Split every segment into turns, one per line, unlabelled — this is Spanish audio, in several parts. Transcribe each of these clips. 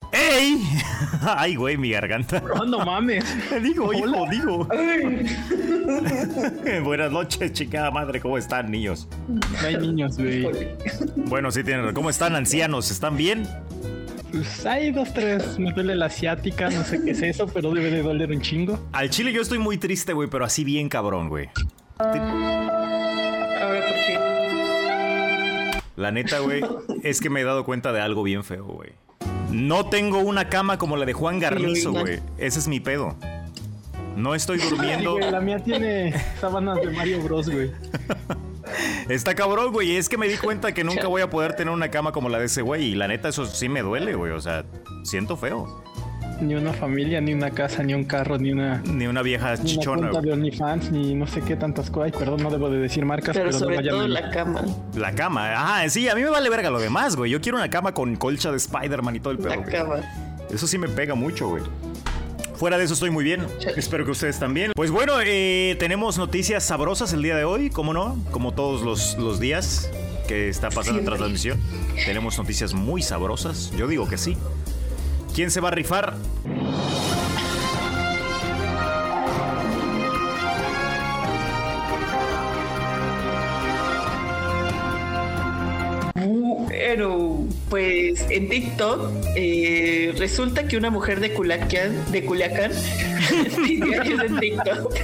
güey. Ay, güey, mi garganta.
No, no mames.
Digo, hijo, digo.
Ay,
Buenas noches, chingada madre. ¿Cómo están, niños?
No hay niños, güey.
Híjole.
Bueno, sí tienen. ¿Cómo están, ancianos? ¿Están bien?
Pues hay dos, tres. Me duele la asiática, no sé qué es eso, pero debe de doler un chingo.
Al chile yo estoy muy triste, güey, pero así bien cabrón, güey.
Ahora, ¿por qué?
La neta, güey, es que me he dado cuenta de algo bien feo, güey. No tengo una cama como la de Juan Garnizo,
igual.
güey. Ese es mi pedo. No estoy
Ay,
durmiendo.
güey, la mía tiene sábanas de Mario Bros, güey.
Está cabrón, güey. Es que me di cuenta que nunca voy a poder tener una cama como la de ese güey. Y la neta, eso sí me duele, güey. O sea, siento feo.
Ni una familia, ni una casa, ni un carro, ni una,
Ni una vieja
ni una
chichona,
cuenta
güey.
de OnlyFans, ni no sé qué tantas cosas. Ay, Perdón, no debo de decir marcas, pero,
Pero sobre
no vayan
todo
a-
la cama.
La cama. Ajá, sí, a mí me vale verga lo demás, güey. Yo quiero una cama con colcha de Spider-Man y todo el pedo.
La
güey.
cama.
Eso sí me pega mucho, güey. Fuera de eso estoy muy bien.
Chale.
Espero que ustedes también. Pues bueno, eh, tenemos noticias sabrosas el día de hoy, ¿cómo no? Como todos los, los días que está pasando
Siempre.
tras la transmisión. Tenemos noticias muy sabrosas. Yo digo que sí. ¿Quién se va a rifar?
Bueno, pues en TikTok eh, resulta que una mujer de Culiacán, de Culiacán, sí, sí, es en TikTok.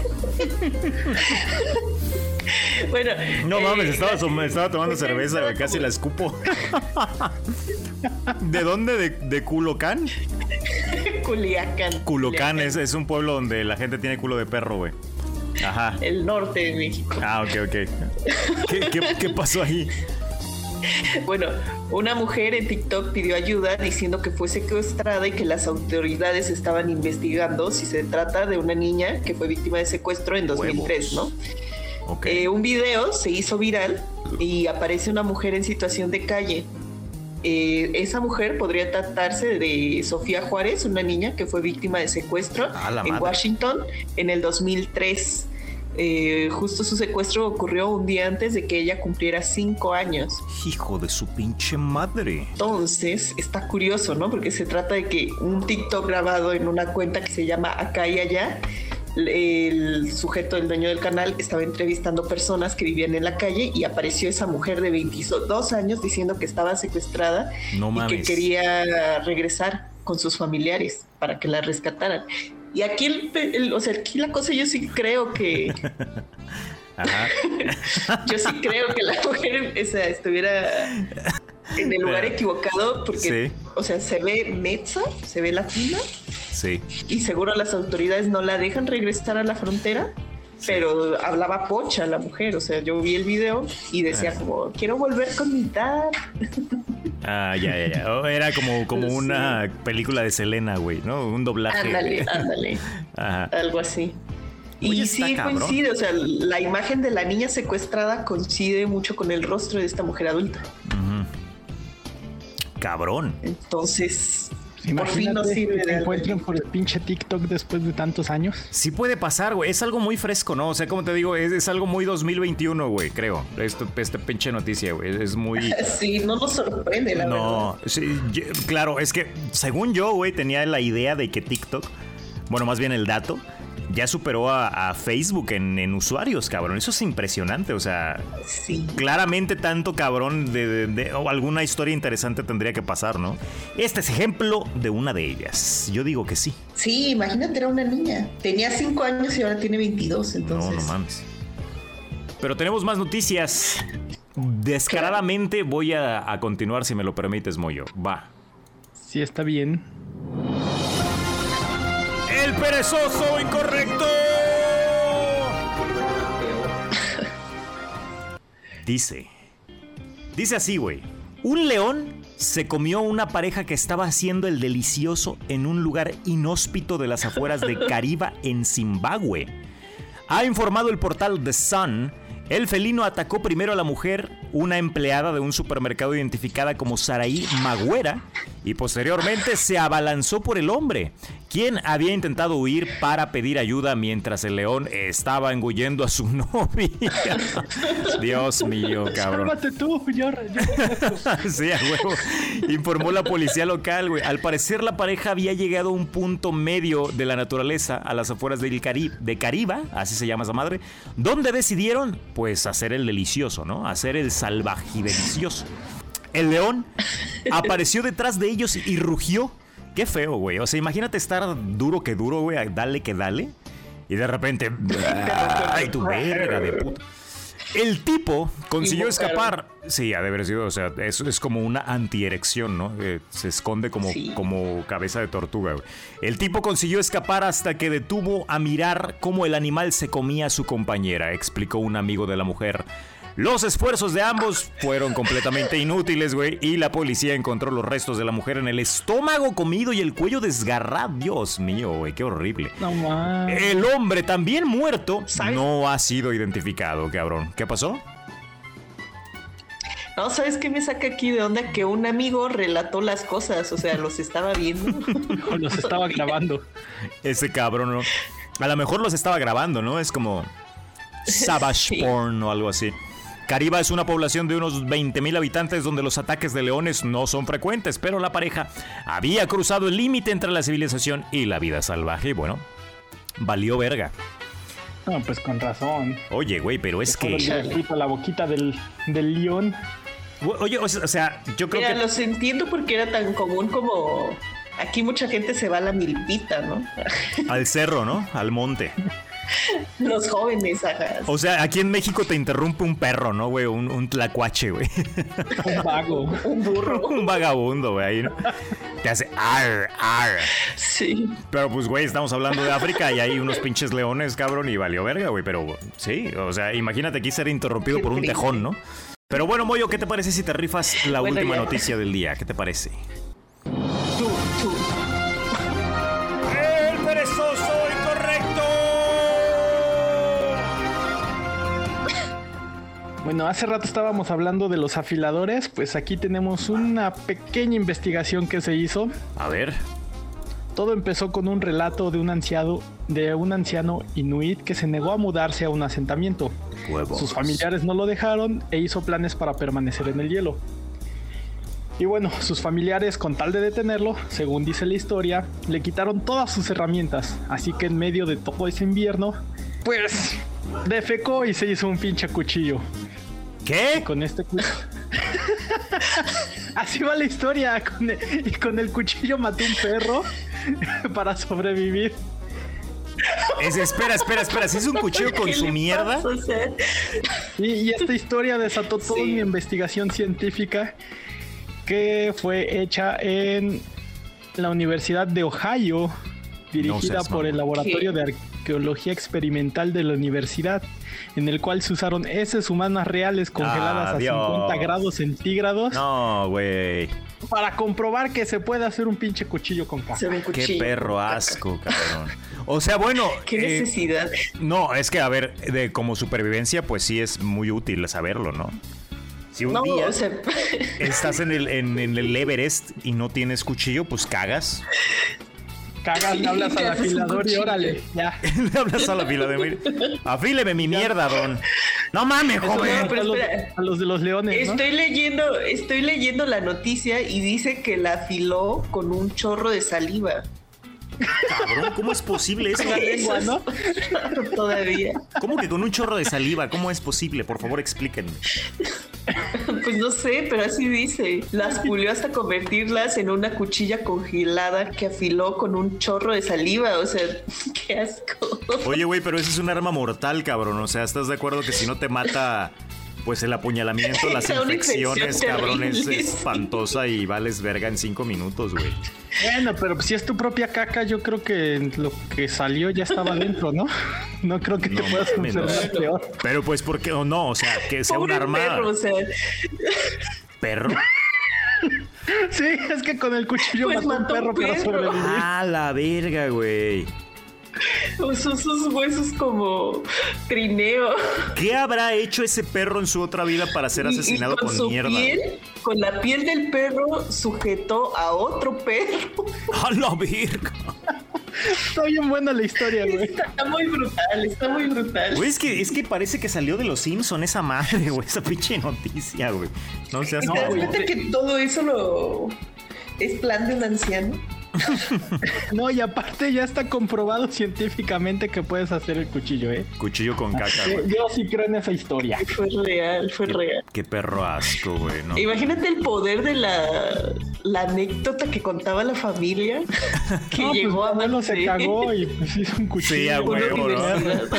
bueno,
No
eh,
mames, estaba,
gracias-
som- estaba tomando
Pues,
cerveza,
estaba
güey, casi
como-
la escupo. ¿De dónde? ¿De, de Culocán?
Culiacán.
Culocán es, es un pueblo donde la gente tiene culo de perro, güey. Ajá.
el norte de México.
Ah, ok, ok. ¿Qué, qué, qué pasó ahí?
Bueno, una mujer en TikTok pidió ayuda diciendo que fue secuestrada y que las autoridades estaban investigando si se trata de una niña que fue víctima de secuestro en 2003,
Huevos.
¿no?
Ok.
Eh, un video se hizo viral y aparece una mujer en situación de calle. Eh, esa mujer podría tratarse de Sofía Juárez, una niña que fue víctima de secuestro
A la
en
madre.
Washington en el 2003. Eh, justo su secuestro ocurrió un día antes de que ella cumpliera cinco años.
Hijo de su pinche madre.
Entonces, está curioso, ¿no? Porque se trata de que un TikTok grabado en una cuenta que se llama Acá y Allá, el sujeto, el dueño del canal, estaba entrevistando personas que vivían en la calle y apareció esa mujer de 22 años diciendo que estaba secuestrada
No
y que
mames.
quería regresar con sus familiares para que la rescataran. Y aquí, el pe- el- o sea, aquí la cosa yo sí creo que,
Ajá.
yo sí creo que la mujer o sea, estuviera en el lugar
Pero-
equivocado porque,
Sí.
o sea, se ve mezza, se ve latina
Sí.
y seguro las autoridades no la dejan regresar a la frontera. Pero hablaba pocha la mujer, o sea, yo vi el video y decía
Ah.
como, quiero volver con mi dad.
Ah, ya, ya, ya. Oh, Era como, como
Sí.
una película de Selena, güey, ¿no? Un doblaje.
Ándale, ándale,
Ajá.
algo así.
Oye,
Y
está
sí
cabrón.
coincide, o sea, la imagen de la niña secuestrada coincide mucho con el rostro de esta mujer adulta.
Ujú. Cabrón.
Entonces,
Pues
por fin no
imagínate
sirve
que
de
te
algo.
encuentren por el pinche TikTok después de tantos años.
Sí puede pasar, güey. Es algo muy fresco, ¿no? O sea, como te digo, es, es algo muy 2021, güey, creo. Esto, esta pinche noticia, güey. Es muy...
Sí, no nos sorprende, la verdad.
No, sí, yo- claro, es que según yo, güey, tenía la idea de que TikTok, bueno, más bien el dato, ya superó a, a Facebook en, en usuarios, cabrón. Eso es impresionante, o sea,
Sí.
claramente tanto cabrón de, de- de- o alguna historia interesante tendría que pasar, ¿no? Este es ejemplo de una de ellas. Yo digo que sí.
Sí, imagínate, era una niña. Tenía 5 años y ahora tiene 22, entonces.
No, no mames. Pero tenemos más noticias. Descaradamente voy a, a continuar, si me lo permites, Moyo. Va.
Sí, está bien.
El perezoso incorrecto. Dice. Dice así, güey. Un león se comió una pareja que estaba haciendo el delicioso en un lugar inhóspito de las afueras de Cariba en Zimbabue. Ha informado el portal The Sun, el felino atacó primero a la mujer, una empleada de un supermercado identificada como Saraí Magüera, y posteriormente se abalanzó por el hombre, quien había intentado huir para pedir ayuda mientras el león estaba engullendo a su novia. Dios mío, cabrón.
Sálvate tú, yo, yo-
sí, a huevo. Informó la policía local, güey. Al parecer la pareja había llegado a un punto medio de la naturaleza, a las afueras del Cari- de Cariba, así se llama esa madre, donde decidieron, pues, hacer el delicioso, ¿no? Hacer el salvaje delicioso. El león apareció detrás de ellos y rugió. Qué feo, güey. O sea, imagínate estar duro que duro, güey, dale que dale. Y de repente... ¡Ay, tu verga de puta! El tipo consiguió
Invocaron.
escapar. Sí, ha de haber sido, o sea, es, es como una antierección, ¿no? Eh, se esconde como,
Sí.
como cabeza de tortuga, güey. El tipo consiguió escapar hasta que detuvo a mirar cómo el animal se comía a su compañera, explicó un amigo de la mujer. Los esfuerzos de ambos fueron completamente inútiles, güey, y la policía encontró los restos de la mujer en el estómago comido y el cuello desgarrado. Dios mío, güey, qué horrible.
No mames.
El hombre también muerto
¿Sabes?
no ha sido identificado, cabrón. ¿Qué pasó?
No, ¿sabes qué me saca aquí de onda? Que un amigo relató las cosas, o sea, los estaba viendo.
Hijo, Los estaba grabando.
Ese cabrón, ¿no? A lo mejor los estaba grabando, ¿no? Es como Savage
Sí.
Porn o algo así. Cariba es una población de unos 20.000 habitantes donde los ataques de leones no son frecuentes, pero la pareja había cruzado el límite entre la civilización y la vida salvaje y bueno, valió verga.
No, pues con razón.
Oye, güey, pero es
Solo
que...
le grito a la boquita del, del león.
Oye, o sea, o sea, yo creo
Mira,
que...
los entiendo porque era tan común como... Aquí mucha gente se va a la milpita, ¿no?
Al cerro, ¿no? Al monte.
Los jóvenes, ajá.
O sea, aquí en México te interrumpe un perro, ¿no, güey? Un, un tlacuache, güey.
Un vago.
Un burro.
un vagabundo, güey. ahí, ¿no? Te hace ar, ar.
Sí.
Pero pues, güey, estamos hablando de África y hay unos pinches leones, cabrón, y valió verga, güey. Pero sí, o sea, imagínate aquí ser interrumpido
Qué
por un
triste.
tejón, ¿no? Pero bueno, Moyo, ¿qué te parece si te rifas la
Bueno,
última
ya.
noticia del día? ¿Qué te parece?
Tú, tú.
¡El perezoso incorrecto!
Bueno, hace rato estábamos hablando de los afiladores, pues aquí tenemos una pequeña investigación que se hizo.
A ver,
Todo empezó con un relato de un anciano, de un anciano inuit que se negó a mudarse a un asentamiento.
huevos.
Sus familiares no lo dejaron e hizo planes para permanecer en el hielo. Y bueno, sus familiares, con tal de detenerlo, según dice la historia, le quitaron todas sus herramientas. Así que en medio de todo ese invierno, pues defecó y se hizo un pinche cuchillo.
¿Qué?
Con este cuchillo. Así va la historia. con el- y con el cuchillo mató un perro para sobrevivir.
Es- espera, espera, espera. Si es un cuchillo
¿Qué
con su
le
mierda.
pasa? O sea,
Y, y esta historia desató toda
Sí.
una investigación científica que fue hecha en la Universidad de Ohio, dirigida
seas
por el Laboratorio
¿Qué?
de Arqueología Experimental de la universidad, en el cual se usaron heces humanas reales congeladas
Ah,
a
Dios.
50 grados centígrados
No, güey.
para comprobar que se puede hacer un pinche cuchillo con caja.
se ve un
Qué
cuchillo.
perro asco, cabrón. O sea, bueno.
Qué
eh,
necesidad.
no, es que, a ver, de como supervivencia, pues sí es muy útil saberlo, ¿no? Si un
No,
día
o sea,
estás en el, en, en el Everest y no tienes cuchillo, pues cagas.
Cagas, le hablas
Te
al
haces un
afilador y
cuchillo.
órale, ya.
Le hablas a la fila de mí. Afíleme mi mierda, don. No mames,
Eso
joven.
le
pero
a, los,
espera. Este-
a los de los leones, ¿no?
estoy leyendo, estoy leyendo la noticia y dice que la afiló con un chorro de saliva.
Cabrón, ¿cómo es posible eso?
Eso
lengua,
es
¿no?
raro Todavía.
¿Cómo que con un chorro de saliva? ¿Cómo es posible? Por favor, explíquenme.
Pues no sé, pero así dice. Las pulió hasta convertirlas en una cuchilla congelada que afiló con un chorro de saliva. O sea, qué asco.
Oye, güey, pero ese es un arma mortal, cabrón. O sea, ¿estás de acuerdo que si no te mata, pues el apuñalamiento, las
Una infección
infecciones, cabrón, es
terrible, sí.
espantosa y vales verga en cinco minutos, güey?
Bueno, pero si es tu propia caca, yo creo que lo que salió ya estaba dentro, ¿no? No creo que te
No
puedas
mames,
enfermar
no.
peor.
Pero pues, ¿por qué o no? O sea, que sea un
Pobre
arma
perro, o sea,
perro.
Sí, es que con el cuchillo
Pues
mató a un
mató a
perro
un
para
perro.
sobrevivir.
Ah, la verga, güey.
Usó sus huesos como trineo.
¿Qué habrá hecho ese perro en su otra vida para ser
Y- y
asesinado con,
su
mierda?
piel, con la piel del perro sujetó a otro perro.
¡A la virga!
Está bien buena la historia, güey.
Está muy brutal, está muy brutal.
Güey, es que, es que parece que salió de los Simpson esa madre, güey. Esa pinche noticia, güey. No seas
¿Y
no,
te das
mamón.
cuenta que todo eso lo es plan de un anciano?
No, y aparte ya está comprobado científicamente que puedes hacer el cuchillo, ¿eh?
Cuchillo con caca,
Yo,
güey.
yo sí creo en esa historia.
Fue real, fue real.
Qué perro asco, güey. No.
Imagínate el poder de la, la anécdota que contaba la familia que
no, pues,
llegó
mi
a
abuelo se
darse
cagó y pues hizo un cuchillo.
Sí, a
una
huevo, ¿no?
universidad.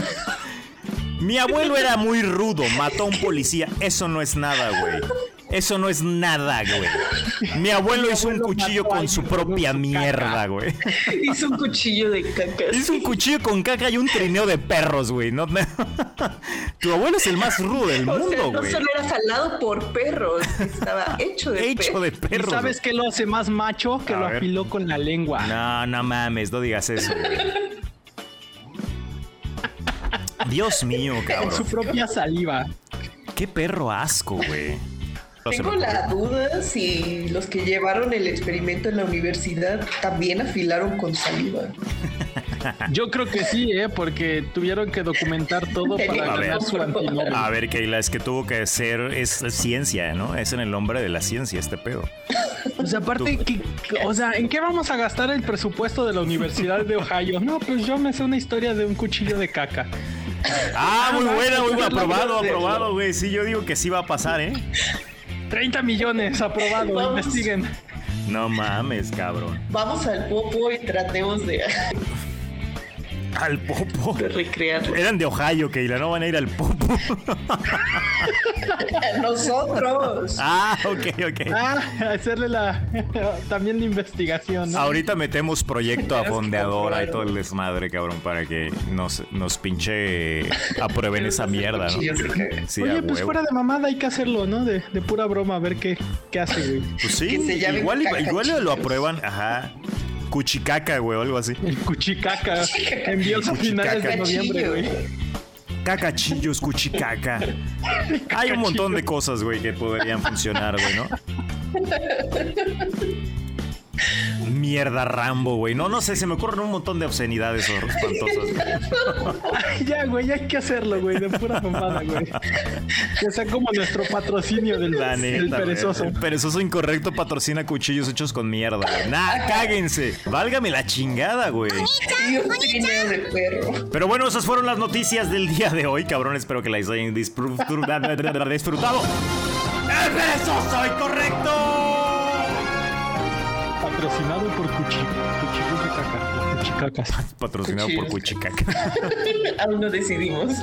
Mi abuelo era muy rudo, mató a un policía. Eso no es nada, güey. Eso no es nada, güey. Mi abuelo hizo un
abuelo
cuchillo
mató a
con su
alguien con
propia
su
mierda, güey.
Hizo un cuchillo de cacas.
Hizo un cuchillo con caca y un trineo de perros, güey. No- no. Tu abuelo es el más rudo del
o sea,
mundo,
no
güey.
solo era salado por perros, estaba hecho de
Hecho
perros.
de
¿Y
perros.
sabes qué lo hace más macho? Que
A
lo
ver.
afiló con la lengua.
No, no mames, no digas eso. güey. Dios mío,
Con su
cabrón.
propia saliva.
Qué perro asco, güey. No se me
Tengo
ocurre.
la duda si los que llevaron el experimento en la universidad también afilaron con saliva.
Yo creo que sí, ¿eh? Porque tuvieron que documentar todo para
A ver.
ganar su antinobel.
A ver, Keila, es que tuvo que ser es ciencia, ¿no? Es en el nombre de la ciencia este pedo.
O sea, aparte, que, o sea, ¿en qué vamos a gastar el presupuesto de la Universidad de Ohio? No, pues yo me sé una historia de un cuchillo de caca.
Ah, muy
va,
buena, muy
pues,
buena.
es la
Aprobado,
clase.
aprobado, güey. Sí, yo digo que sí va a pasar, ¿eh?
30 millones, aprobado,
Vamos.
investiguen.
No mames, cabrón.
Vamos al popo y tratemos de,
Al popo.
de recrearlo.
Eran de Ohio, Keila, no van a ir al popo.
Nosotros.
Ah, ok, ok.
Ah, hacerle la también la investigación, ¿no?
Ahora Ahorita metemos proyecto a
Verás que
fondeadora y todo el
aprobaron.
desmadre, cabrón, para que nos, nos pinche aprueben esa mierda,
Cuchillos
¿no?
de caca.
Sí, a
Oye, pues
huevo.
fuera de mamada hay que hacerlo, ¿no? De, de pura broma, a ver qué, qué hace, güey.
Pues sí,
Que se llamen
igual,
caca
igual lo
cuchillos.
aprueban, ajá. Cuchicaca, güey, o algo así.
El cuchicaca envíos a finales de
Cuchicaca.
noviembre, güey.
Cacachillos, cuchicaca. Hay un montón de cosas, güey, que podrían funcionar, güey, ¿no? Mierda Rambo, güey. No, no sé, se me ocurren un montón de obscenidades hor- espantosas. güey.
Ya, güey, hay que hacerlo, güey, de pura mamada, güey. Que sea como nuestro patrocinio del,
La neta,
del
güey.
perezoso.
El perezoso incorrecto patrocina cuchillos hechos con mierda. güey. Nah, cáguense. Válgame la chingada, güey.
Y un trineo de perro.
Pero bueno, esas fueron las noticias del día de hoy, cabrón. Espero que las hayan disfrutado. disfrutado. ¡El perezoso incorrecto!
Patrocinado por Cuchi. Cuchillos de caca. Cuchicacas.
Patrocinado por Cuchicaca.
Aún no decidimos.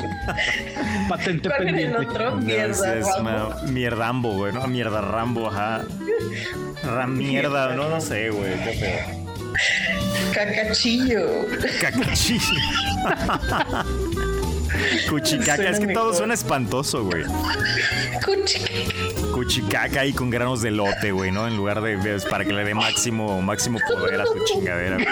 Patente
¿Cuál era el
pendiente.
otro? Mierda.
Gracias,
guapo.
ma- Mierdambo, güey, ¿no? Mierda Rambo, ajá. Ram mierda, no, no sé, güey. Qué pedo.
Cacachillo.
Cacachi. Cuchicaca, es que todo suena espantoso, güey.
Cuchicaca.
Cuchicaca ahí con granos de lote, güey, ¿no? En lugar de ves, para que le dé máximo, máximo poder a tu chingadera. güey.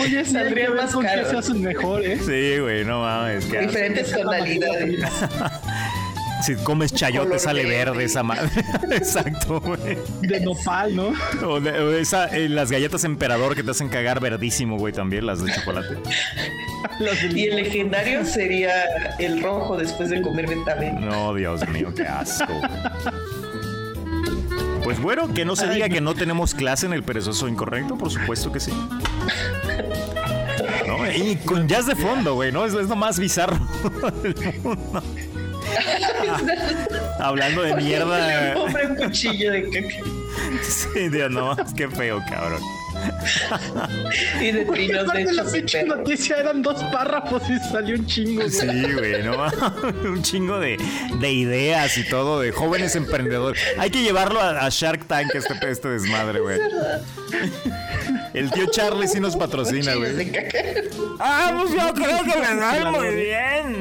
Oye, saldría
Saldría
más
más
con que
caro.
se hacen mejor, ¿eh?
Sí, güey, no mames. qué asco.
Diferentes tonalidades.
Si comes chayote
Color
sale
verde.
verde esa madre. Exacto, güey.
De nopal, ¿no?
O, de- o esa, eh, las galletas emperador que te hacen cagar verdísimo, güey, también las de chocolate.
Los del-
Y el legendario sería el rojo después de comer betabel.
No, Dios mío, qué asco. güey. Pues bueno, que no se diga que no tenemos clase en el perezoso incorrecto, por supuesto que sí. No, y con jazz de fondo, güey, ¿no? Es, es lo más bizarro del mundo. Ah, hablando de mierda.
Hombre, un cuchillo de caca.
Sí, Dios, no, es que feo, cabrón.
Y de trinos de
Aparte, la
hechos de
pinche
perro.
noticia eran dos párrafos y salió un chingo. güey.
Sí, güey, no un chingo de, de ideas y todo, de jóvenes emprendedores. Hay que llevarlo a, a Shark Tank este, este desmadre, güey. El tío Charlie sí nos patrocina,
Cuchillos de
güey.
caca.
Ah, pues yo creo que
me da muy
bien.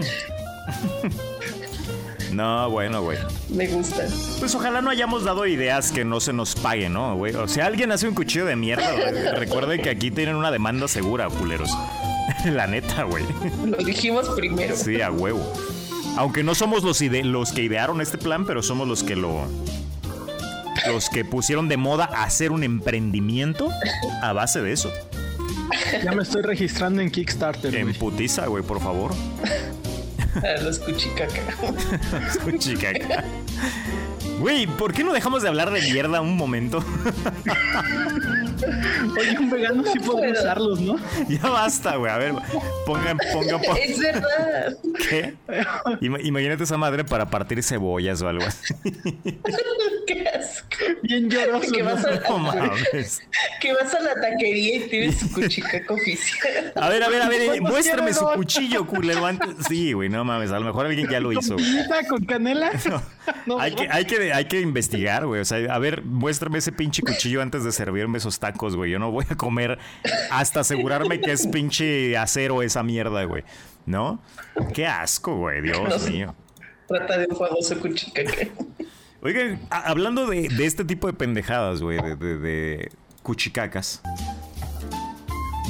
No, bueno, güey.
Me gustan.
Pues ojalá no hayamos dado ideas que no se nos paguen, ¿no, güey? O sea, alguien hace un cuchillo de mierda, güey. Recuerden que aquí tienen una demanda segura, culeros. La neta, güey.
Lo dijimos primero.
Sí, a huevo. Aunque no somos los, ide- los que idearon este plan, pero somos los que lo. Los que pusieron de moda hacer un emprendimiento a base de eso.
Ya me estoy registrando en Kickstarter.
En
güey.
putiza, güey, por favor.
A los cuchicaca.
Chica. Güey, ¿por qué no dejamos de hablar de mierda un momento?
Oye, un vegano sí
No
podría
puedo.
usarlos, ¿no?
ya basta, güey. A ver, pongan, pongan, pongan.
Es verdad.
¿Qué? Ima- imagínate esa madre para partir cebollas o algo así.
Qué asco.
Bien llorosos.
Que
¿no?
vas a-
No mames.
Que vas a la taquería y tienes su cuchicaca oficial.
A ver, a ver, a ver, eh,
¿Cuántos
muéstrame su
quieren?
cuchillo, culero. antes- Sí, güey, no mames. A lo mejor alguien ya lo
¿Con
hizo. güey.
piñita, con canela? No,
hay, que,
¿verdad?
hay, que, hay que investigar, güey. O sea, a ver, muéstrame ese pinche cuchillo antes de servirme esos tacos, güey. Yo no voy a comer hasta asegurarme que es pinche acero esa mierda, güey. ¿No? Qué asco, güey. Dios mío.
Trata de un famoso cuchicaca.
Oigan, a- hablando de, de este tipo de pendejadas, güey, de, de- de cuchicacas.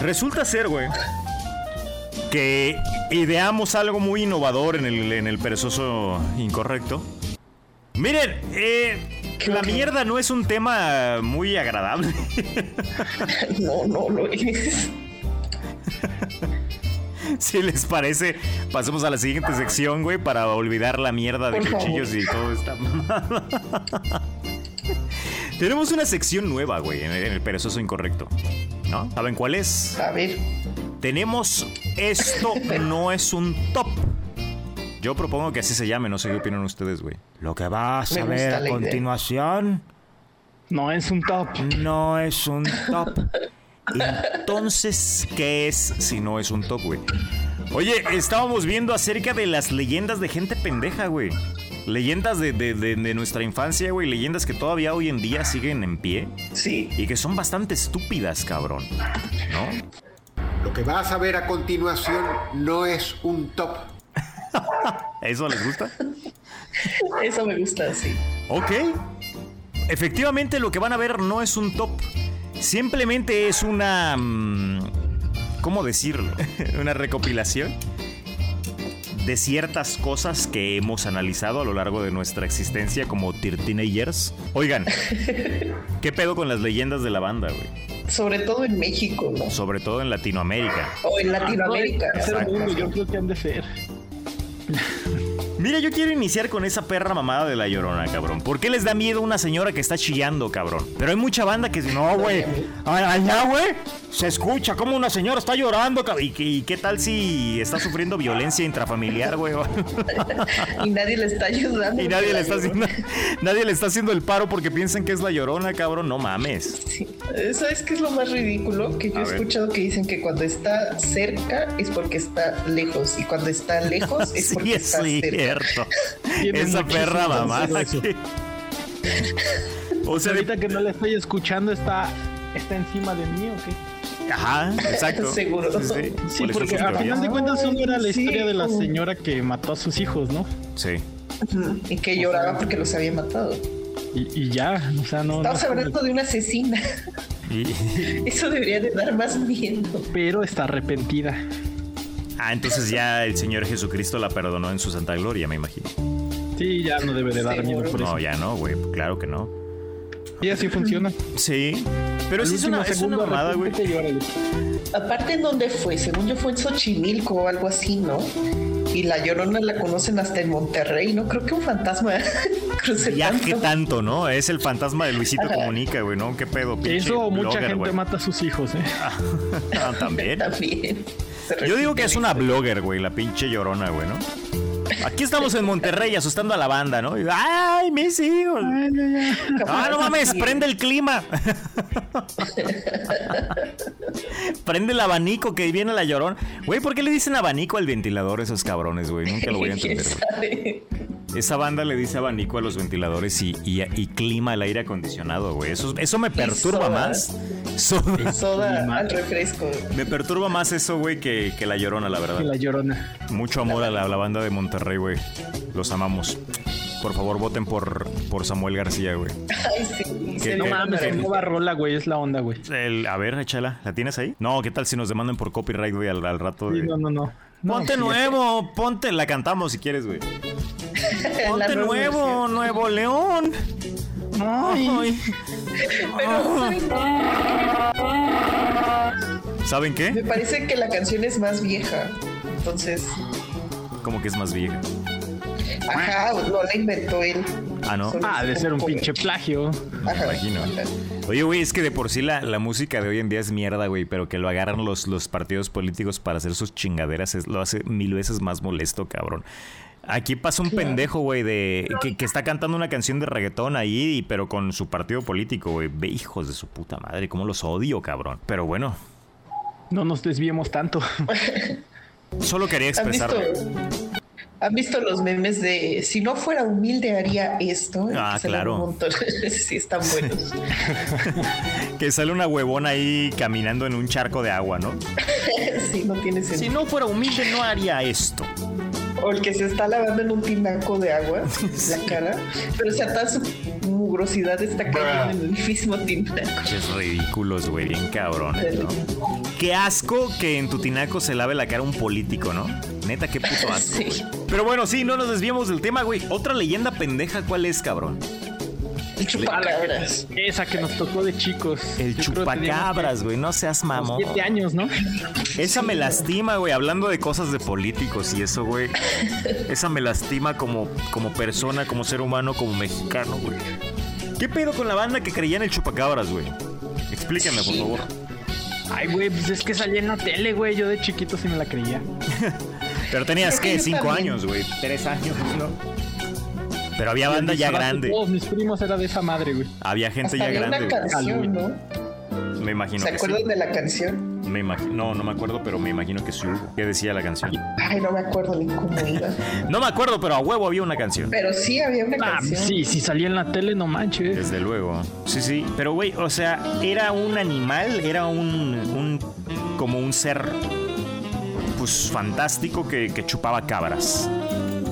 Resulta ser, güey, que ideamos algo muy innovador en el, en el perezoso incorrecto. Miren, eh, la mierda no es un tema muy agradable.
No, no lo es.
si les parece, pasemos a la siguiente sección, güey, para olvidar la mierda de
Por favor.
cuchillos y todo esta mamada. Tenemos una sección nueva, güey, en el, en el perezoso incorrecto. ¿No? ¿Saben cuál es?
A ver.
Tenemos esto no es un top. Yo propongo que así se llame, no sé qué opinan ustedes, güey. Lo que vas
Me
a
gusta
ver
la
a
idea.
continuación
No, es un top.
no es un top. Entonces, ¿qué es si no es un top, güey? Oye, estábamos viendo acerca de las leyendas de gente pendeja, güey. Leyendas de, de- de- de nuestra infancia, güey. Leyendas que todavía hoy en día siguen en pie
Sí.
y que son bastante estúpidas, cabrón. ¿No?
Lo que vas a ver a continuación no es un top.
¿Eso les gusta?
Eso me gusta, sí.
Ok. Efectivamente, lo que van a ver no es un top. Simplemente es una. mm, ¿Cómo decirlo? una recopilación de ciertas cosas que hemos analizado a lo largo de nuestra existencia como teenagers. Oigan, ¿qué pedo con las leyendas de la banda, güey?
Sobre todo en México, ¿no?
Sobre todo en Latinoamérica.
O en Latinoamérica.
Tercer mundo, yo creo que han de ser.
Mira, yo quiero iniciar con esa perra mamada de la llorona, cabrón. ¿Por qué les da miedo una señora que está chillando, cabrón? Pero hay mucha banda que dice, no, güey. a- Allá, güey. Se escucha como una señora está llorando, cabrón. ¿Y, qué- y qué tal si está sufriendo violencia intrafamiliar, güey?
Y nadie le está ayudando.
Y nadie le está haciendo, nadie le está haciendo el paro porque piensan que es la llorona, cabrón. No mames.
Sí. ¿Sabes qué es lo más ridículo? Que yo
A
he
ver.
escuchado que dicen que cuando está cerca es porque está lejos. Y cuando está lejos es
Sí,
porque
es
está cerca.
cierto.
Tiene
Esa
muchísimo
perra
sentido
mamada.
eso.
que- O sea, de-
Ahorita que no la estoy escuchando, está, está encima de mí, ¿o qué?
ajá, exacto.
Seguro.
Sí,
¿Cuáles son
porque
sus
al
teorías?
final de cuentas, uno era la
Ay, sí.
historia de la señora que mató a sus hijos, ¿no?
Sí.
Ujú. Y que lloraba porque los había matado.
Y, y ya, o sea, no.
Estamos
no-
hablando de una asesina.
Y-
Eso debería de dar más miedo.
Pero está arrepentida.
Ah, entonces ya el Señor Jesucristo la perdonó en su santa gloria, me imagino.
Sí, ya no debe de dar miedo por eso.
No, ya no, güey. Claro que no.
Y así funciona.
Sí. Pero
El
sí es
último
una, es una
segundo,
mamada, güey.
arrepiéntete y órale.
Aparte, ¿en dónde fue? Según yo, fue en Xochimilco o algo así, ¿no? Y la llorona la conocen hasta en Monterrey, ¿no? Creo que un fantasma cruce
Viaje
tanto.
tanto, ¿no? Es el fantasma de Luisito
Ajá.
Comunica, güey, ¿no? ¿Qué pedo, pinche
Eso mucha
blogger,
gente
güey?
mata a sus hijos, ¿eh?
Ah, También.
También. Se
Yo digo que
repite
es
la
una
historia.
blogger, güey, la pinche llorona, güey, ¿no? Aquí estamos en Monterrey asustando a la banda, ¿no? Y, ¡Ay, mis hijos! ¡Ah, no mames! ¡Prende el clima! prende el abanico que viene la llorona. Güey, ¿por qué le dicen abanico al ventilador a esos cabrones, güey? Nunca lo voy a
¿Quién
entender. güey.
sabe?
Esa banda le dice abanico a los ventiladores y, y- y clima al aire acondicionado, güey. Eso, eso me perturba
soda.
más. Soda.
Soda al refresco.
Me perturba más eso, güey, que, que la llorona, la
Y
verdad.
la llorona.
Mucho amor a la, la banda de Monterrey, güey. Los amamos. por favor, voten por, por Samuel García, güey.
Ay, sí, se
No
Eh,
mames,
eh,
es nueva rola, güey, es la onda, güey.
El- a ver, échala, ¿la tienes ahí? No, ¿qué tal si nos demandan por copyright, güey, al, al rato?
Sí,
de-
no, no, no. No,
Ponte
sí,
nuevo, ponte, la cantamos si quieres, güey. Ponte nuevo, Nuevo León. Ay.
Pero ¿saben qué?
¿Saben
me
qué?
parece que la canción es más vieja. Entonces,
Como que es más vieja.
ajá, no la inventó él.
Ah, no.
Solo
Ah,
es
de ser un
cover.
pinche plagio.
Ajá.
imagino. Oye, güey, es que de por sí la, la música de hoy en día es mierda, güey, pero que lo agarran los, los partidos políticos para hacer sus chingaderas es- lo hace mil veces más molesto, cabrón. Aquí pasa un pendejo, güey, de que, que está cantando una canción de reggaetón ahí, y- pero con su partido político, güey. Ve, hijos de su puta madre, cómo los odio, cabrón. Pero bueno,
No nos desviemos tanto.
solo quería
¿Han visto,
expresarlo.
¿Han visto los memes de si no fuera humilde haría esto?
Ah,
Que salen
claro.
un montón. sí, están buenos.
Que sale una huevona ahí caminando en un charco de agua, ¿no?
sí, no tiene
Si
sentido.
no fuera humilde, no haría esto.
O el que se está lavando en un tinaco de agua la cara, pero o sea, toda su mugrosidad está cayendo en el mismo tinaco.
Es ridículos, güey, bien cabrones, ¿no? Qué asco que en tu tinaco se lave la cara un político, ¿no? Neta, qué puto asco.
Sí.
Pero bueno, sí, no nos desviemos del tema, güey. Otra leyenda pendeja, ¿cuál es, cabrón?
El chupacabras.
Esa que nos tocó de chicos.
El
Yo creo que
chupacabras, güey. No seas
teníamos
mamón.
como Siete años, ¿no?
Esa me lastima, güey. Hablando de cosas de políticos y eso, güey. Esa me lastima como, como persona, como ser humano, como mexicano, güey. ¿Qué pedo con la banda que creía en el chupacabras, güey? Explíquenme, por
Sí.
favor.
Ay, güey, pues es que salía en la tele, güey. Yo de chiquito sí me la creía.
Pero tenías,
Creo que
¿qué?
yo
Cinco
también.
años, güey. Tres años, ¿no? Pero había banda ya grande.
Todos mis primos era de esa madre, güey.
Había gente
Hasta
ya
había
grande.
una
güey.
canción, ¿no?
Me imagino
¿Se
que
acuerdan
sí.
de la canción?
Me imagi- no, no me acuerdo, pero me imagino que sí hubo. ¿Qué decía la canción?
Ay, no me acuerdo ni cómo iba.
No me acuerdo, pero a huevo había una canción.
Pero sí había una
Ah,
canción.
sí, sí salía en la tele, no manches.
Desde luego. Sí, sí. Pero, güey, o sea, era un animal, era un. un- como un ser. Pues fantástico que, que chupaba cabras.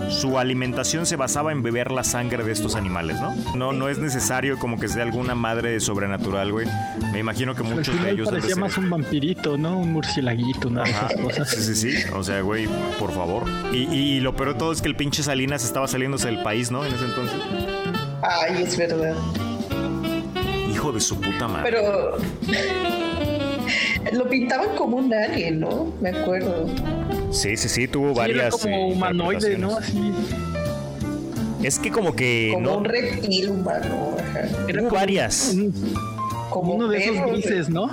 Su alimentación se basaba en beber la sangre de estos animales, ¿no? No, no es necesario como que sea alguna madre sobrenatural, güey. Me imagino que
Al
muchos de
final
ellos. han de
parecía
ser-
más un vampirito, ¿no? Un murcielaguito, una de esas
Sí,
cosas.
sí, sí. O sea, güey, por favor. Y, y lo peor de todo es que el pinche Salinas estaba saliéndose del país, ¿no? En ese entonces.
Ay, es verdad.
Hijo de su puta
Ah.
madre.
Pero lo pintaban como un alien, ¿no? Me acuerdo.
sí, sí, sí, tuvo
Sí, era
varias. eh,
como humanoide, ¿no?
interpretaciones.
Así.
Es que como que
Como
no.
un reptil humano, ajá.
Era
Hubo
como
varias.
un-
Como
uno
un
de esos
perro,
grises, ¿no?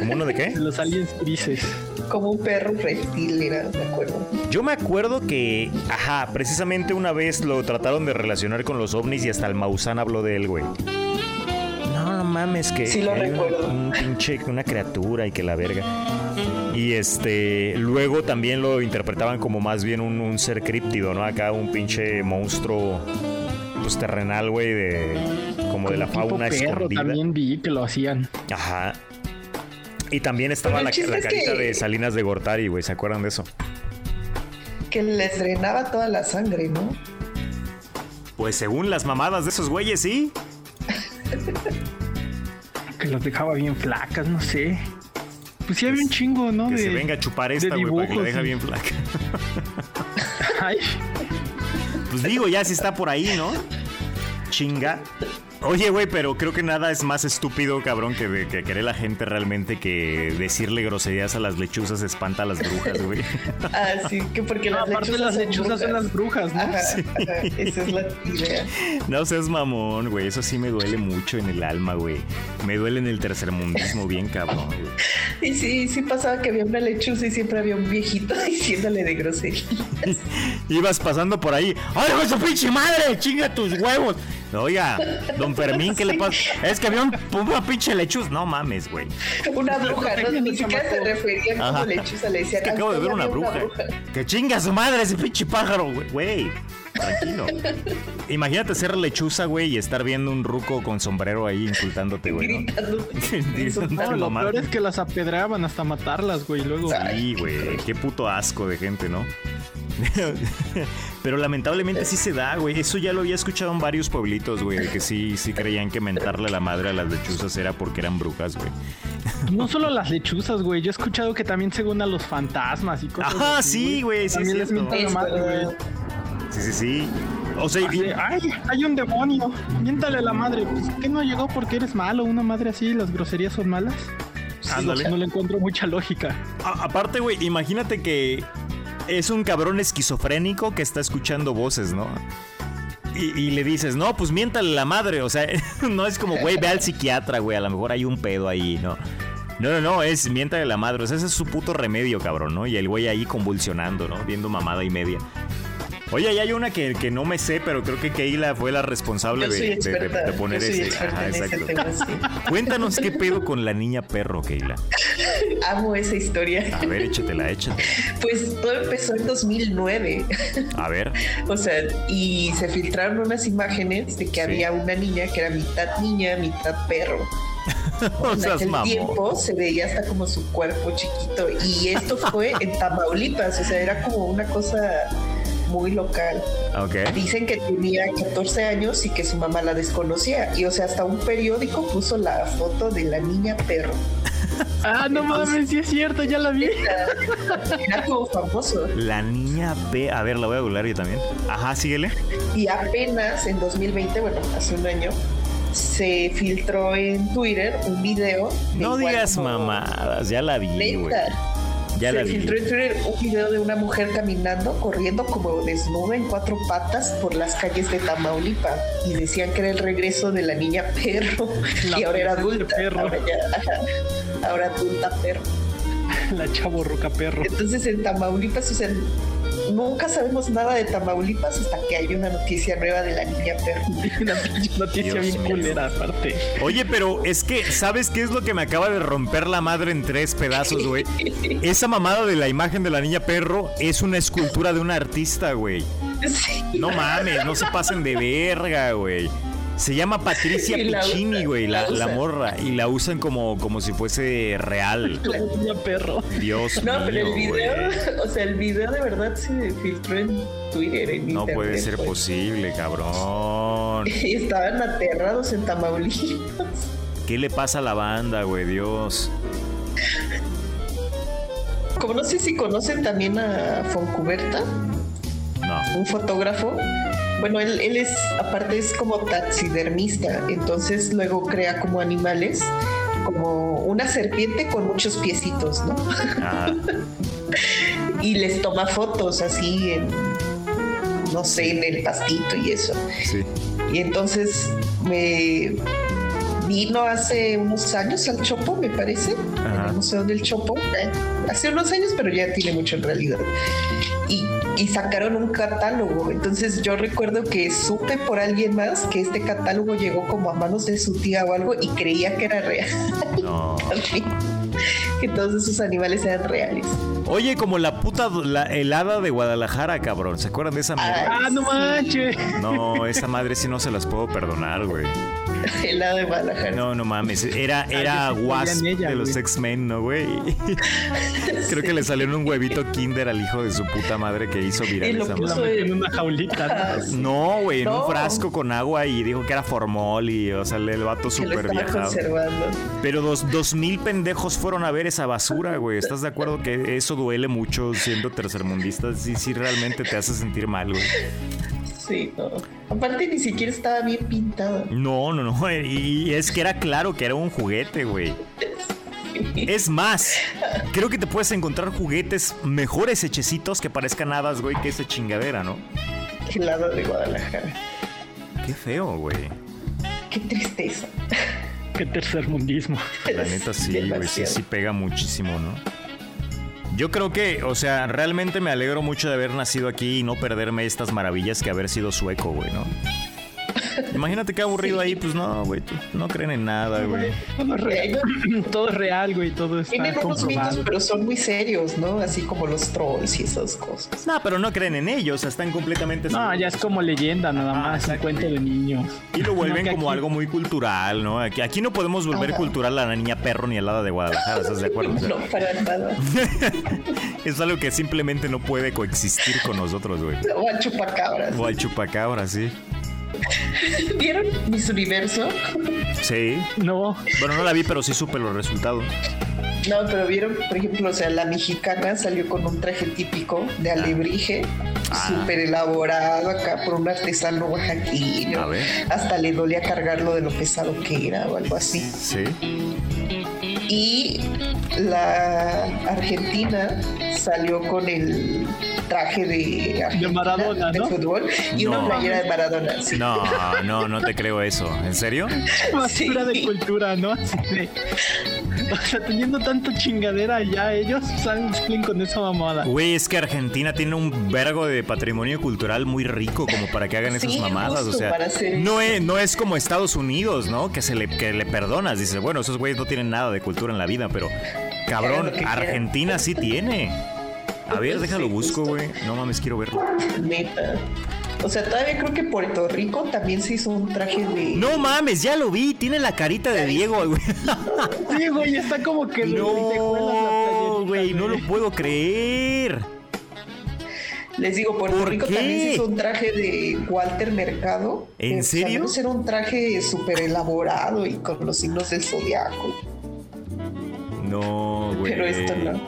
¿Como uno de qué?
De los aliens grises.
Como un perro reptil era, me acuerdo.
Yo me acuerdo que, ajá, precisamente una vez lo trataron de relacionar con los ovnis y hasta el Maussan habló de él, güey. No, no mames, que
Sí lo
que hay un-
recuerdo.
Un, pinche, una criatura y que la verga. Y este, luego también lo interpretaban como más bien un, un ser críptido, ¿no? Acá un pinche monstruo, pues terrenal, güey, de, como de la
Tipo
fauna
perro
escondida.
también vi que lo hacían.
Ajá. Y también estaba
Pero el
la,
chiste
la
es
carita
que-
de Salinas de Gortari, güey, ¿se acuerdan de eso?
Que les drenaba toda la sangre, ¿no?
Pues según las mamadas de esos güeyes, sí.
Que los dejaba bien flacas, no sé. Pues sí había un chingo, ¿no?
Que
de,
se venga a chupar
de
esta, güey, para que la
dibujos,
deja
sí.
bien flaca.
Ay,
Pues digo, ya si está por ahí, ¿no? Chinga. Oye, güey, pero creo que nada es más estúpido, cabrón, que, de- que querer la gente realmente que decirle groserías a las lechuzas espanta a las brujas, güey.
Así Ah, que porque
No,
las
aparte
lechuzas
las lechuzas son las
brujas.
brujas, ¿no?
Ajá, ajá, esa es la idea.
No seas mamón, güey. Eso sí me duele mucho en el alma, güey. Me duele en el tercermundismo bien, cabrón, güey.
Y sí, sí pasaba que había una lechuza y siempre había un viejito diciéndole de grosería.
Ibas pasando por ahí. ¡Ay, hijo de su pinche madre! ¡Chinga tus huevos! Oiga, don Fermín, ¿qué le
Sí.
pasa? Es que había un, una pinche lechuz. No mames, güey.
Una bruja, ¿no? Ni siquiera se referían como
Ajá.
lechuza, le
Es
decían.
que
"Ah,
acabo de
usted
ver una
ya vio
bruja. Que chinga a su madre ese pinche pájaro, güey. Güey, tranquilo. Imagínate ser lechuza, güey, y estar viendo un ruco con sombrero ahí insultándote, güey. ¿no?
Gritando.
Insultándote,
no, lo
mamá. Ah.
peor es que las apedreaban hasta matarlas, güey. Luego,
Sí, güey. Qué puto asco de gente, ¿no? Pero lamentablemente sí se da, güey. Eso ya lo había escuchado en varios pueblitos, güey. de Que sí, sí creían que mentarle la madre a las lechuzas era porque eran brujas, güey.
No solo las lechuzas, güey. Yo he escuchado que también según a los fantasmas y cosas
Ajá,
así,
sí, güey, sí,
También les
cierto. Este,
mientan la madre, güey.
Sí, sí, sí. O sea,
Así de, Ay, hay un demonio. Miéntale la madre. Pues, ¿Qué no llegó porque eres malo? Una madre así, las groserías son malas. Pues,
Ándale.
No le encuentro mucha lógica.
A- aparte, güey, imagínate que es un cabrón esquizofrénico que está escuchando voces, ¿no? Y, y le dices, no, pues miéntale la madre. O sea, no es como, güey, ve al psiquiatra, güey. A lo mejor hay un pedo ahí, ¿no? No, no, no, es miéntale la madre. O sea, ese es su puto remedio, cabrón, ¿no? Y el güey ahí convulsionando, ¿no? Viendo mamada y media. Oye, ahí hay una que, que no me sé, pero creo que Keila fue la responsable
Yo
de,
soy
de- de-
experta,
de poner
yo soy
ese.
experta
Ajá,
en ese
exacto.
tema, sí.
Cuéntanos qué pedo con la niña perro, Keila.
Amo esa historia.
A ver, échatela, échatela.
Pues todo empezó en 2009.
A ver.
O sea, y se filtraron unas imágenes de que
Sí.
había una niña que era mitad niña, mitad perro.
No
en
seas
aquel
mamón.
tiempo se veía hasta como su cuerpo chiquito. Y esto fue en Tamaulipas, o sea, era como una cosa muy local.
Ok.
Dicen que tenía 14 años y que su mamá la desconocía. Y o sea, hasta un periódico puso la foto de la niña perro.
Ah, no mames, sí es cierto, ya la vi.
Era como famoso.
La niña P. A ver, la voy a googlear yo también. Ajá, síguele.
Y apenas en 2020, bueno, hace un año, se filtró en Twitter un video. de
No
igual
digas
como-
mamadas, ya la vi, güey.
Neta.
Ya
se
la vi.
filtró en Twitter un video de una mujer caminando, corriendo como desnuda en cuatro patas por las calles de Tamaulipas. Y decían que era el regreso de la niña perro.
La
y ahora era
adolescente
adulta.
perro.
Ahora, ya, ajá. ahora adulta perro.
La chavo roca perro.
Entonces en Tamaulipas, o sea, nunca sabemos nada de Tamaulipas hasta que hay una noticia nueva de la niña perro.
Una pinche noticia
Dios
bien
mío.
culera, aparte.
Oye, pero es que, ¿sabes qué es lo que me acaba de romper la madre en tres pedazos, güey? Esa mamada de la imagen de la niña perro es una escultura de un artista, güey.
Sí.
No mames, no se pasen de verga, güey. Se llama Patricia
Y la
Piccini,
usan,
güey,
la
la, la
usan.
morra. Y la usan como, como si fuese real.
La niña perro.
Dios mío,
No, pero el video,
güey.
o sea, el video de verdad se filtró en Twitter, en
No
internet,
puede ser
pues.
posible, cabrón.
Y estaban aterrados en Tamaulipas.
¿Qué le pasa a la banda, güey? Dios.
Como no sé si conocen también a Foncuberta,
No.
un fotógrafo. Bueno, él, él es, aparte es como taxidermista, entonces luego crea como animales, como una serpiente con muchos piecitos, ¿no?
Ajá.
Y les toma fotos así en, no sé, en el pastito y eso.
Sí.
Y entonces me vino hace unos años al Chopo, me parece,
Ajá.
al Museo del Chopo, eh, hace unos años, pero ya tiene mucho en realidad. Y, y sacaron un catálogo. Entonces yo recuerdo que supe por alguien más que este catálogo llegó como a manos de su tía o algo y creía que era real.
No.
que todos esos animales eran reales.
Oye, como la puta do- la helada de Guadalajara, cabrón. ¿Se acuerdan de esa madre?
Ah, no
Sí.
manches.
Ah.
No, esa madre sí no se las puedo perdonar, güey.
El lado de Guadalajara.
No, no mames. Era, era
yo sí creía en
Wasp
ella,
de los
güey.
X-Men, ¿no, güey? Creo que le salió en un huevito Kinder al hijo de su puta madre que hizo
Y
viral
lo
esa
La
madre.
puso
metió en una jaulita.
Ah,
¿no?
sí.
No, güey, en un
No.
frasco con agua y dijo que era formol y, o sea, el vato
que lo
súper
estaba
viajado.
conservando.
Pero dos, dos mil pendejos fueron a ver esa basura, güey. ¿Estás de acuerdo que eso duele mucho siendo tercermundista? Sí, sí, realmente te hace sentir mal, güey.
Sí, no. Aparte ni siquiera estaba bien pintado.
No, no, no. Y es que era claro que era un juguete, güey. Es más, creo que te puedes encontrar juguetes mejores hechecitos que parezcan hadas, güey, que esa chingadera, ¿no?
helado de Guadalajara.
Qué feo, güey.
Qué tristeza.
Qué tercermundismo.
La neta sí, güey, sí,
Demasiado.
sí pega muchísimo, ¿no? Yo creo que, o sea, realmente me alegro mucho de haber nacido aquí y no perderme estas maravillas que haber sido sueco, güey, ¿no? Imagínate qué aburrido ahí, pues no, güey, tú- no creen en nada, güey.
Todo es real, todo es real, güey, todo está
Tienen unos mitos,
comprobado.
pero son muy serios, ¿no? Así como los trolls y esas cosas.
No, pero no creen en ellos, están completamente
No,
seguros.
ya es como leyenda nada
Ah,
más, un
exacto.
cuento de niños.
Y lo vuelven
No, que
como
aquí-
algo muy cultural, ¿no? Aquí, aquí no podemos volver
Ajá.
cultural a la niña perro ni al hada de Guadalajara, ¿estás de acuerdo? O sea,
No, para nada.
es algo que simplemente no puede coexistir con nosotros, güey.
O a chupacabras.
O al chupacabra, sí.
¿Vieron Miss Universo?
Sí.
No,
Bueno, no la vi, pero sí supe los resultados.
No, pero vieron, por ejemplo, o sea, la mexicana salió con un traje típico de alebrije,
Ah.
súper elaborado acá por un artesano oaxaqueño.
A ver.
Hasta le dolía cargarlo de lo pesado que era o algo así.
Sí.
Y la argentina salió con el traje de, Argentina,
Maradona,
de
¿no?
fútbol y
No.
una playera de Maradona. sí.
No, no, no te creo eso. ¿En serio?
Sí.
basura de cultura, ¿no? Así de- O sea, teniendo tanta chingadera ya, ellos salen con esa mamada.
Güey, es que Argentina tiene un vergo de patrimonio cultural muy rico como para que hagan
Sí,
esas mamadas.
justo
o sea,
para hacer
no es, no es como Estados Unidos, ¿no? Que se le, que le perdonas. Dices, bueno, esos güeyes no tienen nada de cultura en la vida, pero
Hagan
cabrón,
lo que quieran.
Argentina sí tiene. A ver,
Sí,
déjalo busco,
justo.
güey. No mames, quiero verlo.
Neta. O sea, todavía creo que Puerto Rico también se hizo un traje de.
No mames, ya lo vi. Tiene la carita de Diego, güey.
Sí, güey, está como que... te cuelas la
No,
playerita,
güey, no lo puedo creer.
Les digo, Puerto
¿Por
Rico
qué?
también se hizo un traje de Walter Mercado.
¿En
Eh,
serio?
al menos Era un traje súper elaborado y con los signos del zodiaco.
No, güey.
Pero esto no.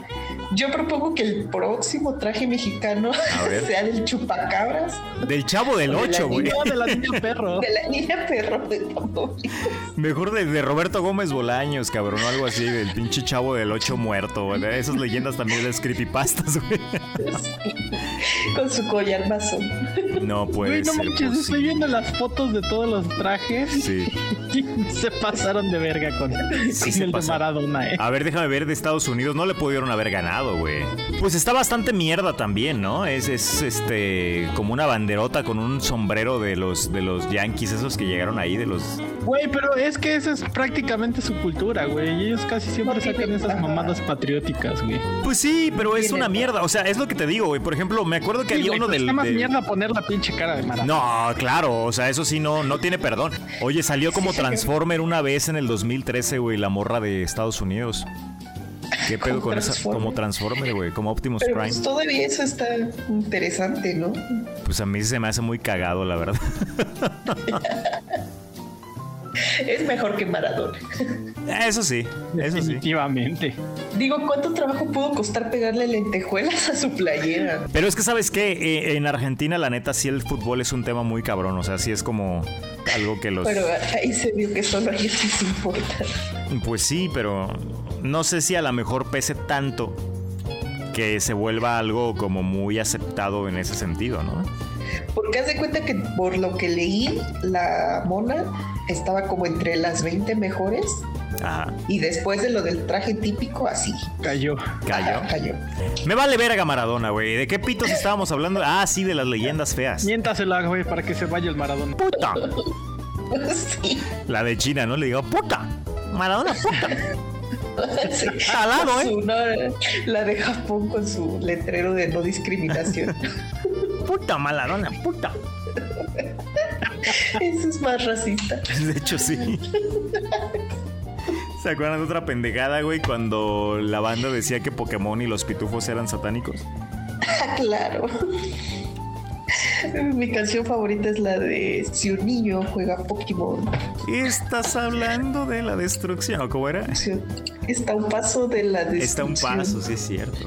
Yo propongo que el próximo traje mexicano
A ver.
sea del chupacabras,
Del chavo del
Con el
8, güey.
No, de la niña perro.
de la niña perro de Tamaulipas.
Mejor de, de Roberto Gómez Bolaños, cabrón, o algo así, del pinche chavo del ocho muerto, güey. Esas leyendas también de las creepypastas, güey.
Con su collar mazón.
Pues No puede
Güey, no
ser.
manches, estoy
posible.
viendo las fotos de todos los trajes.
Sí.
Se pasaron de verga con, con
se
el de
pasaron. Ah.
Maradona, eh.
A ver, déjame ver de Estados Unidos, no le pudieron haber ganado, güey. Pues está bastante mierda también, ¿no? Es, es este como una banderota con un sombrero de los de los Yankees, esos que llegaron ahí, de los.
Güey, pero es que esa es prácticamente su cultura, güey. Y ellos casi siempre
No tiene-
sacan esas
Ajá.
mamadas patrióticas, güey.
Pues sí, pero es
Tiene
una
todo.
mierda. O sea, es lo que te digo, güey. Por ejemplo, me acuerdo que
Sí,
había
güey,
uno
pero
del.
está más
del-
mierda poner la pinche cara de Maradona.
No, claro, o sea, eso sí no, no tiene perdón. Oye, salió como Transformer una vez en el 2013, güey, la morra de Estados Unidos. ¿Qué pedo
Como
con esa?
Transformer.
Como Transformer, güey, como Optimus
Pero
Prime.
pues todavía eso está interesante, ¿no?
Pues a mí se me hace muy cagado, la verdad.
Es mejor que Maradona.
Eso sí, eso sí.
Definitivamente.
Digo, ¿cuánto trabajo pudo costar pegarle lentejuelas a su playera?
Pero es que, ¿sabes qué? Eh, en Argentina, la neta, sí el fútbol es un tema muy cabrón. O sea, sí es como algo que los...
Pero ahí se vio que solo a ellos les importa.
Pues sí, pero no sé si a lo mejor pese tanto que se vuelva algo como muy aceptado en ese sentido, ¿no?
Porque haz de cuenta que por lo que leí, la mona estaba como entre las 20 mejores
Ajá,
y después de lo del traje típico, así.
Cayó.
cayó.
Ajá, cayó.
Me vale verga Maradona, güey. ¿De qué pitos estábamos hablando? Ah, sí, de las leyendas feas.
Miéntasela, güey, para que se vaya el Maradona.
Puta.
Sí,
La de China, ¿no? Le digo, puta. Maradona, puta.
sí.
Jalado, ¿eh?
Su- no, la de Japón con su letrero de no discriminación.
Puta, Maradona, puta.
Eso es más racista.
De hecho, sí. ¿Se acuerdan de otra pendejada, güey? Cuando la banda decía que Pokémon y los pitufos eran satánicos.
Ah, claro. Mi canción favorita es la de Si un niño juega Pokémon.
Estás hablando de la destrucción, ¿o cómo era?
Si- Está a un paso de la destrucción.
Está un paso, sí es cierto.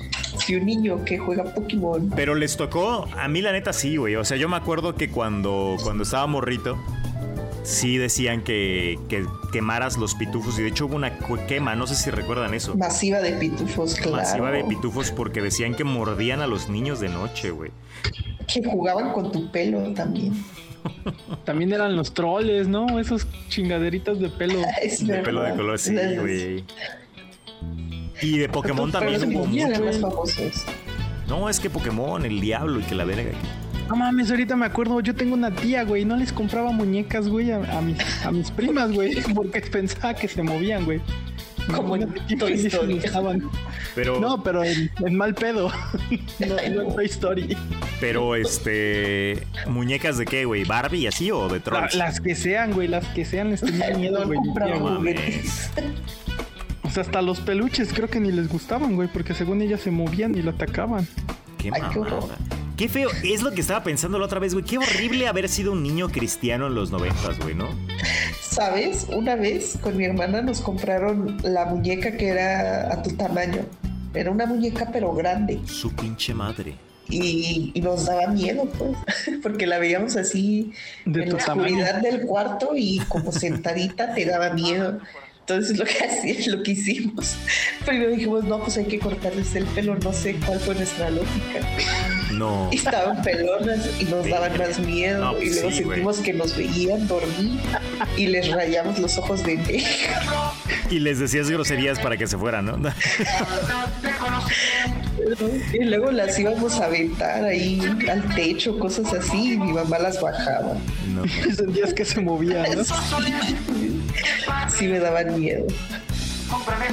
Si un niño que juega Pokémon.
Pero les tocó, a mí la neta sí, güey. O sea, yo me acuerdo que cuando, cuando estaba morrito, sí decían que, que quemaras los pitufos. Y de hecho hubo una cu- quema, no sé si recuerdan eso.
Masiva de pitufos, claro.
Masiva de pitufos porque decían que mordían a los niños de noche, güey.
Que jugaban con tu pelo también.
También eran los troles, ¿no? Esas chingaderitas de pelo.
Ah, Es
De
verdad.
pelo de color, sí,
Las-
güey. Y de Pokémon
Pero
también
los
hubo
niños eran
mucho.
más famosos.
No, es que Pokémon, el diablo y que la verga.
No mames, ahorita me acuerdo, yo tengo una tía, güey, no les compraba muñecas, güey, a, a mis, a mis primas, güey, porque pensaba que se movían, güey.
Como en
Imagínate qué
Toy
felices
Story.
estaban.
Pero,
No, pero en, en mal pedo. No, no en Toy Story.
pero este. ¿Muñecas de qué, güey? ¿Barbie así o de
La-
Trolls?
las que sean, güey, las que sean, les tenía miedo,
No
güey. mi tía,
compraba.
No
güey.
mames.
O sea, hasta los peluches creo que ni les gustaban, güey, porque según ellas se movían y lo atacaban.
Qué
Ay, qué horror.
mamada. Qué feo, es lo que estaba pensando la otra vez, güey. Qué horrible haber sido un niño cristiano en los noventas, güey, ¿no?
¿Sabes? Una vez con mi hermana nos compraron la muñeca que era a tu tamaño. Era una muñeca pero grande
Su pinche madre.
y, y nos daba miedo, pues, porque la veíamos así
De
en
tu
la
tamaño.
oscuridad del cuarto y como sentadita te daba miedo. Entonces lo que hacía, lo que hicimos, primero dijimos, no, pues hay que cortarles el pelo, no sé cuál fue nuestra lógica.
No.
Y estaban pelonas y nos daban más miedo
No, pues
y luego
sí, güey.
sentimos que nos veían dormir y les rayamos los ojos de negro.
Y les decías groserías para que se fueran, ¿no?
Y luego las íbamos a aventar ahí al techo, cosas así, y mi mamá las bajaba.
No.
Sentías que se movían, ¿no?
Sí me daban miedo.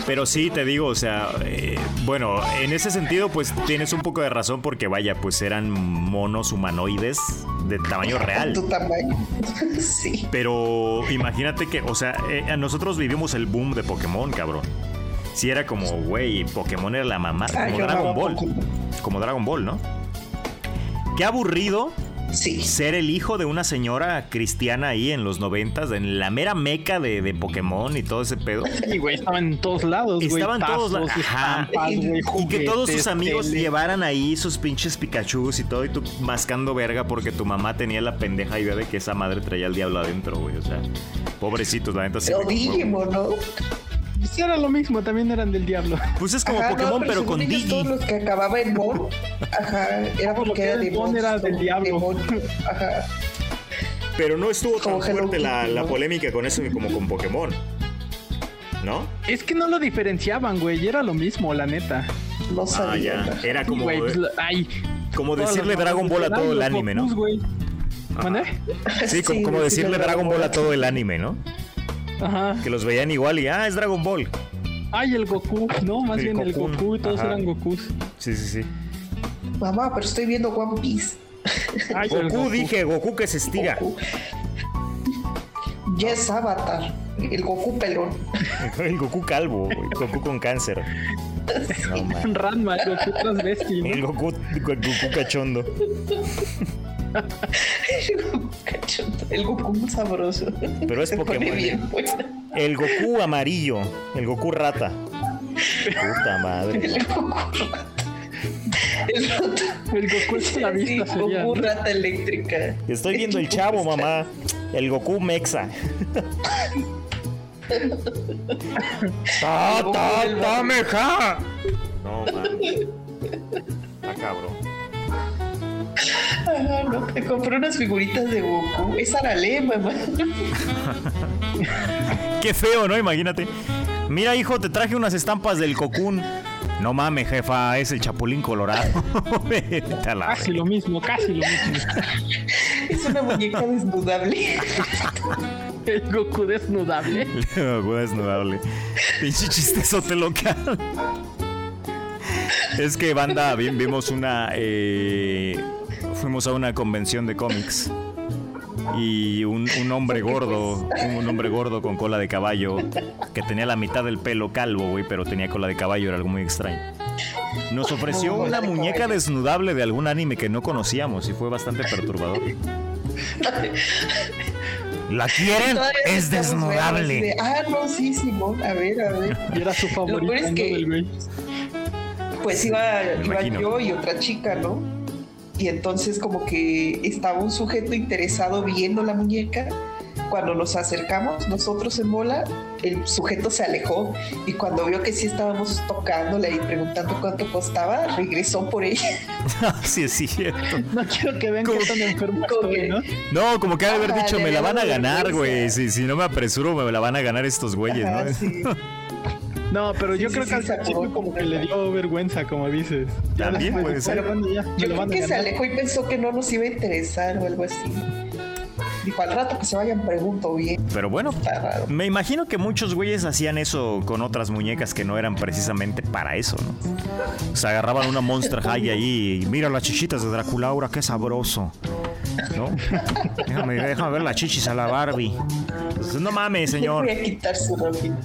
Pero sí, te digo, o sea, eh, bueno, en ese sentido, pues tienes un poco de razón porque vaya, pues eran monos humanoides de tamaño real.
Tu tamaño. Sí.
Pero imagínate que, o sea, eh, nosotros vivimos el boom de Pokémon, cabrón. Si era como, güey, Pokémon era la mamá,
Ah,
como
yo
Dragon
amaba
Ball.
Pokémon.
Como Dragon Ball, ¿no? Qué aburrido
Sí.
ser el hijo de una señora cristiana ahí en los noventas, en la mera meca de, de Pokémon y todo ese pedo.
Sí, güey, estaban en todos lados, güey.
Estaban en todos
tazos,
lados, ajá.
estampas, güey,
Y que todos sus
juguetes,
amigos
tele.
llevaran ahí sus pinches Pikachus y todo, y tú mascando verga porque tu mamá tenía la pendeja idea de que esa madre traía al diablo adentro, güey. O sea, pobrecitos, la neta sí.
Pero
me-
Digimon, ¿no?
Pues era lo mismo, también eran del diablo.
Pues es como
Ajá, no,
Pokémon, pero,
según
con
ellos
Digi.
Todos los que acababa en Mon, ajá, era
Todo lo
porque
que
era
era
de
en Mon
Mon,
era del
como
diablo.
demonio, Ajá.
Pero no estuvo
Como Hello Kitty, ¿no?
polémica con eso como con Pokémon. ¿No?
Es que no lo diferenciaban, güey, y era lo mismo, la neta.
No
Ah,
sabía.
ya.
ajá.
Era como,
Güey, pues, la- ay,
como
todas
decirle
las
Dragon Ball a todo el
los
anime, ¿no?
Gokus, pues, güey. ¿Mande?
Sí, como, como
sí,
decirle
era
Dragon Ball a todo el anime, ¿no?
Ajá.
Que los veían igual y, ah, es Dragon Ball.
Ay, el Goku, no, más
El
bien el
Goku,
Goku, todos
ajá.
eran Gokus.
Sí, sí, sí.
Mamá, pero estoy viendo One Piece.
Ay, el
Goku, dije, Goku que se estira.
Goku. Ya es Avatar. El Goku pelón.
El Goku calvo, güey. Goku con cáncer. No, man.
Ranma, el Goku transvesti, ¿no?
El Goku, Goku cachondo.
El Goku cachondo, El Goku muy sabroso.
Pero es
Se pone
Pokémon. ¿eh?
bien bueno.
El Goku amarillo. El Goku rata. Puta madre.
El Goku rata. El rata.
El Goku es la vista,
Sí, Goku
sería. ¿no?
rata eléctrica.
Estoy viendo el chavo, mamá. El Goku Mexa. ¡Ta, Ah, ta, ta, meja! No, man. Está cabrón.
Ah, no, te compré unas figuritas de Goku. Es Arale, mamá.
Qué feo, ¿no? Imagínate. Mira, hijo, te traje unas estampas del Cocún. No mames, jefa, es el Chapulín Colorado. Vete a la
Casi
verga.
lo mismo, casi lo mismo.
Es una muñeca desnudable.
El Goku desnudable.
Güey, desnudable. Pinche chistezote local. Es que, banda, vi- vimos una. eh, fuimos a una convención de cómics. Y un, un hombre gordo, un hombre gordo con cola de caballo, que tenía la mitad del pelo calvo, güey, pero tenía cola de caballo, era algo muy extraño. Nos ofreció
Como
una
cola de
muñeca
caballo.
desnudable de algún anime que no conocíamos y fue bastante perturbador. ¿La quieren?
Todavía
Es
estamos
desnudable.
buenos de, Ah, no, sí, Simón. A ver, a ver.
Y era su favorito
es que-
del güey.
pues iba,
me
iba
imagino.
yo y otra chica, ¿no? Y entonces como que estaba un sujeto interesado viendo la muñeca. Cuando nos acercamos, nosotros en bola, el sujeto se alejó y cuando vio que sí estábamos tocándola y preguntando cuánto costaba, regresó por ella.
Sí, es cierto.
No quiero que vean qué tan enfermo
Como
estoy,
que-
¿no?
No, como que ha de haber
Ajá,
dicho,
le
me la
dio
van a ganar,
vergüenza.
güey. Si, si no me apresuro, me la van a ganar estos güeyes,
Ajá,
¿no?
sí.
No, pero yo
Sí,
creo
sí,
que al
sí, se
principio
acabó.
como que le dio vergüenza, como dices. Ya
También
después
puede
dijo,
ser.
"Bueno, ya, me
Yo
lo
creo
van a
que se
ganar".
alejó y pensó que no nos iba a interesar o algo así. Dijo, al rato que se vayan, pregunto bien.
Pero bueno,
Está raro.
me imagino que muchos güeyes hacían eso con otras muñecas que no eran precisamente para eso, ¿no? Se agarraban una Monster High ahí y mira las chichitas de Draculaura, qué sabroso. ¿No? Déjame, déjame ver las chichis a la Barbie. Pues, no mames, señor.
Voy a quitar su ropita.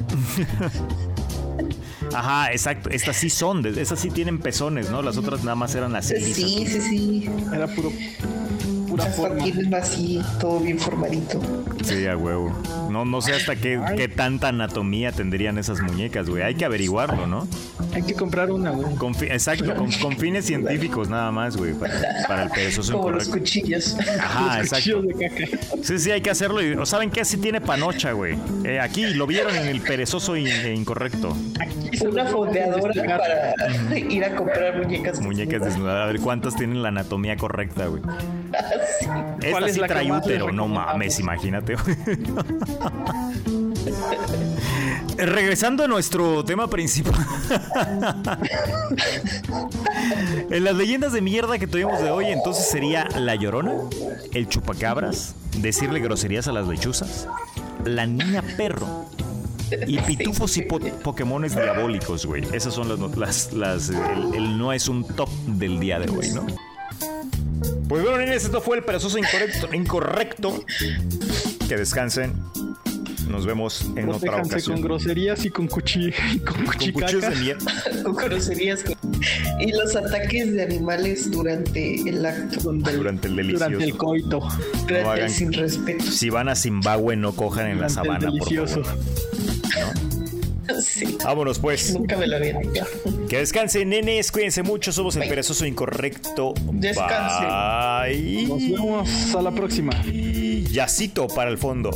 Ajá, exacto. Estas sí son, de- estas sí tienen pezones, ¿no? Las otras nada más eran así. lisas.
Sí, sí, sí.
Era puro. Pura
Las
forma.
vaquinas así, todo bien formadito.
Sí, a huevo. No, no sé hasta qué, qué tanta anatomía tendrían esas muñecas, güey. Hay que averiguarlo, ¿no?
Hay que comprar una, güey.
Con fi- exacto, con, con fines científicos nada más, güey, para, para el perezoso
Como los
incorrecto.
cuchillos.
Ajá,
Los
Ah, exacto.
cuchillos de caca.
Sí, sí, hay que hacerlo. Y, ¿o ¿Saben qué? Sí tiene panocha, güey. Eh, aquí lo vieron en el perezoso in- e incorrecto.
Una fondeadora para ir a comprar muñecas.
Muñecas desnudadas. A ver cuántas tienen la anatomía correcta, güey.
Sí.
Esta
¿Cuál es
sí
la que
trae
más le
útero, no
recomendamos?
mames, imagínate. güey. Regresando a nuestro tema principal. en las leyendas de mierda que tuvimos de hoy, entonces sería La Llorona, el chupacabras, decirle groserías a las lechuzas, la niña perro. Y pitufos y po- pokemones diabólicos, güey. Esas son las... no- las, las- el- el no es un top del día de hoy, ¿no? Pues bueno, nenes, esto fue el perezoso incorrecto. incorrecto. Que descansen. Nos vemos en otra ocasión.
Protéjanse Pues con groserías y con cuchillos. Y con
Con cuchillos
cuchicaca.
de mier-
Con groserías. con- Y los ataques de animales durante el acto.
durante el delicioso.
Durante el coito.
Durante
No hagan-
el sin respeto.
Si van a Zimbabue, no cojan en la
Durante el
sabana, por
delicioso.
favor.
Sí.
Vámonos, pues.
Nunca me lo había dicho.
Que descansen, nenes. Cuídense mucho. Somos el perezoso incorrecto.
Descansen.
Bye.
Nos vemos a la próxima.
Y yacito para el fondo.